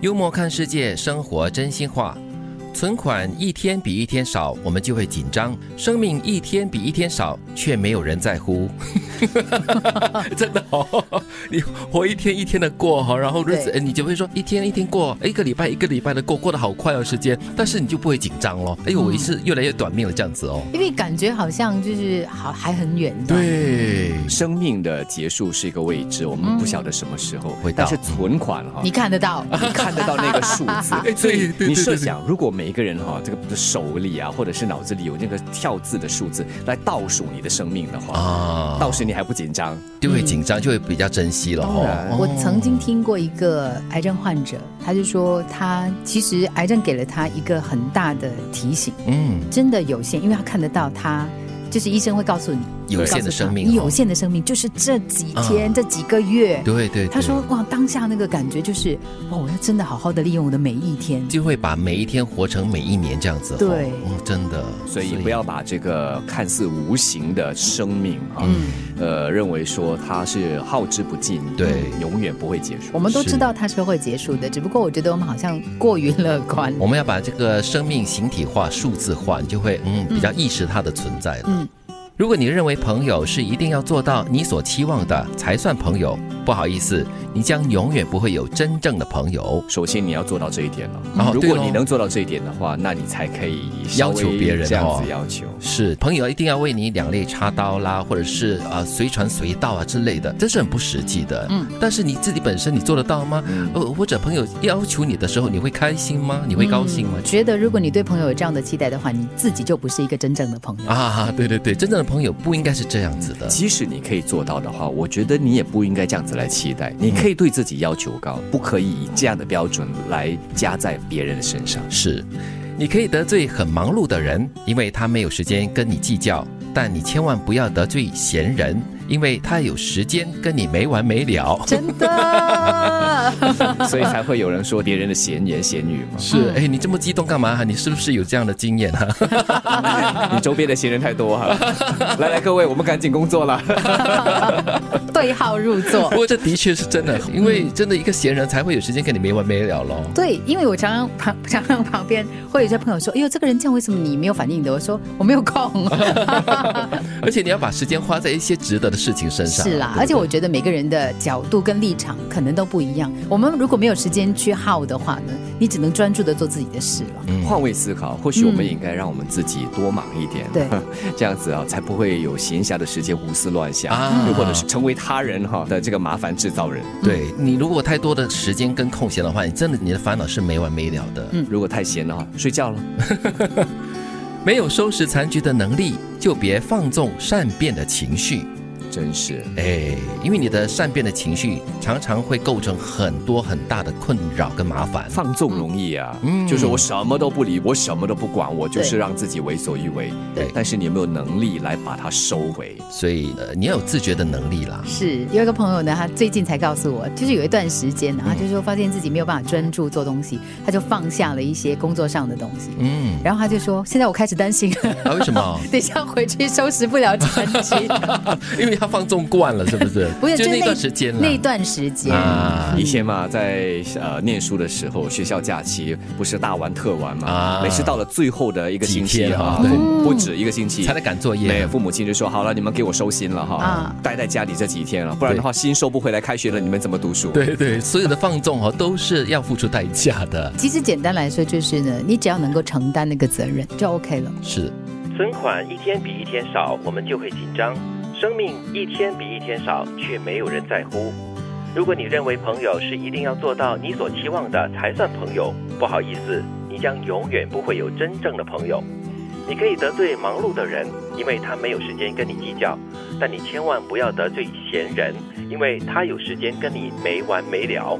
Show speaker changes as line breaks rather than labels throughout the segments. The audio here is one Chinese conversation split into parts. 幽默看世界，生活真心话。存款一天比一天少，我们就会紧张；生命一天比一天少，却没有人在 乎。真的哦，你活一天一天的过哈，然后日子
对
哎你就会说一天一天过，一个礼拜一个礼拜的过，过得好快哦时间，但是你就不会紧张咯。哎呦，我也是越来越短命了这样子哦。
因为感觉好像就是好还很远的。，
对，
生命的结束是一个未知，我们不晓得什么时候
会到
但是存款哈、
你看得到，
你看得到那个数 字
哎，
所
对
以
对对
你
对
设
对
想，如果每一个人哈、这个手里啊，或者是脑子里有那个跳字的数字来倒数你的生命的话，
啊，
到时你还不紧张？
就会紧张，就会比较珍惜了
当然
哦。
嗯我曾经听过一个癌症患者，他就说他其实癌症给了他一个很大的提醒，
嗯，
真的有限，因为他看得到他。就是医生会告诉你，
有限的
告诉他
生命
你
哦啊
有限的生命就是这几天、这几个月。
对对，对
他说：“哇，当下那个感觉就是，哇，我要真的好好的利用我的每一天。
就会把每一天活成每一年这样子哦。
对
嗯，真的，
所以不要把这个看似无形的生命啊，呃，认为说它是耗之不尽，
嗯对
永远不会结束。
我们都
是
知道它是会结束的，只不过我觉得我们好像过于乐观。
我们要把这个生命形体化、数字化，你就会嗯比较意识它的存在了。
嗯
如果你认为朋友是一定要做到你所期望的才算朋友，不好意思，你将永远不会有真正的朋友。
首先你要做到这一点了。
哦
如
对
果
咯
你能做到这一点的话，那你才可以稍
要求
微
别人
这样
哦
子要求。
是朋友一定要为你两肋插刀啦，或者是啊、呃随传随到啊之类的，这是很不实际的。
嗯，
但是你自己本身你做得到吗？呃，或者朋友要求你的时候，你会开心吗？你会高兴吗？
嗯觉得如果你对朋友有这样的期待的话，你自己就不是一个真正的朋友。
啊，对对对，真正的朋友不应该是这样子的。
即使你可以做到的话，我觉得你也不应该这样子来期待。你可以对自己要求高，不可以以这样的标准来加在别人的身上。
是，你可以得罪很忙碌的人，因为他没有时间跟你计较；但你千万不要得罪闲人，因为他有时间跟你没完没了。
真的，
所以才会有人说别人的闲言闲语嘛。
是，
嗯
哎，你这么激动干嘛？你是不是有这样的经验 啊？
你周边的闲人太 多哈、来来，各位，我们赶紧工作了。
对号入座
不。过这的确是真的，因为真的一个闲人才会有时间跟你没完没了咯。
对，因为我常常旁常常旁边会有一些朋友说：“哎呦，这个人这样，为什么你没有反应的？”我说：“我没有 空。
啊而且你要把时间花在一些值得的事情身”上。
嗯
啊
是啦，
对不对
而且我觉得每个人的角度跟立场可能都不一样。我们如果没有时间去耗的话呢，你只能专注的做自己的事了。
嗯
换位思考，或许我们也应该让我们自己多忙一点，
对，
这样子啊，才不会有闲暇的时间胡思乱想，
啊
又或者是成为他人哈、的这个麻烦制造人。
对你如果太多的时间跟空闲的话，你真的你的烦恼是没完没了的。
如果太闲了哈，睡觉了。
没有收拾残局的能力，就别放纵善变的情绪。
真是，
哎，因为你的善变的情绪常常会构成很多很大的困扰跟麻烦。
放纵容易啊，
嗯
就是我什么都不理，我什么都不管，我就是
对
让自己为所欲为。
对
但是你有没有能力来把它收回？
所以呃，你要有自觉的能力啦。
是有一个朋友呢，他最近才告诉我，就是有一段时间呢，他就说发现自己没有办法专注做东西，他就放下了一些工作上的东西。
嗯，
然后他就说：“现在我开始担心了，
啊，为什么？
等一下回去收拾不了残局。
因为他放纵惯了，是不是？
不 是
就
就
那
那
段时间”
那
了。
段时间，
啊
以前嘛，在呃念书的时候，学校假期不是大玩特玩嘛，
啊
每次到了最后的一个星
几
期
天啊
啊，
对
不不止一个星期
才来赶作
没
业
有，，父母亲就说好了，你们给我收心了哈，
啊
待在家里这几天了，不然的话心收不回来，开学了你们怎么读书？，
对对，所有的放纵哦，都是要付出代价的。
其实简单来说就是呢，你只要能够承担那个责任就 OK 了。
是，
存款一天比一天少，我们就会紧张；生命一天比一天少，却没有人在乎。如果你认为朋友是一定要做到你所期望的才算朋友，不好意思，你将永远不会有真正的朋友。你可以得罪忙碌的人，因为他没有时间跟你计较；但你千万不要得罪闲人，因为他有时间跟你没完没了。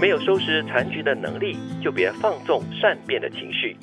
没有收拾残局的能力，就别放纵善变的情绪。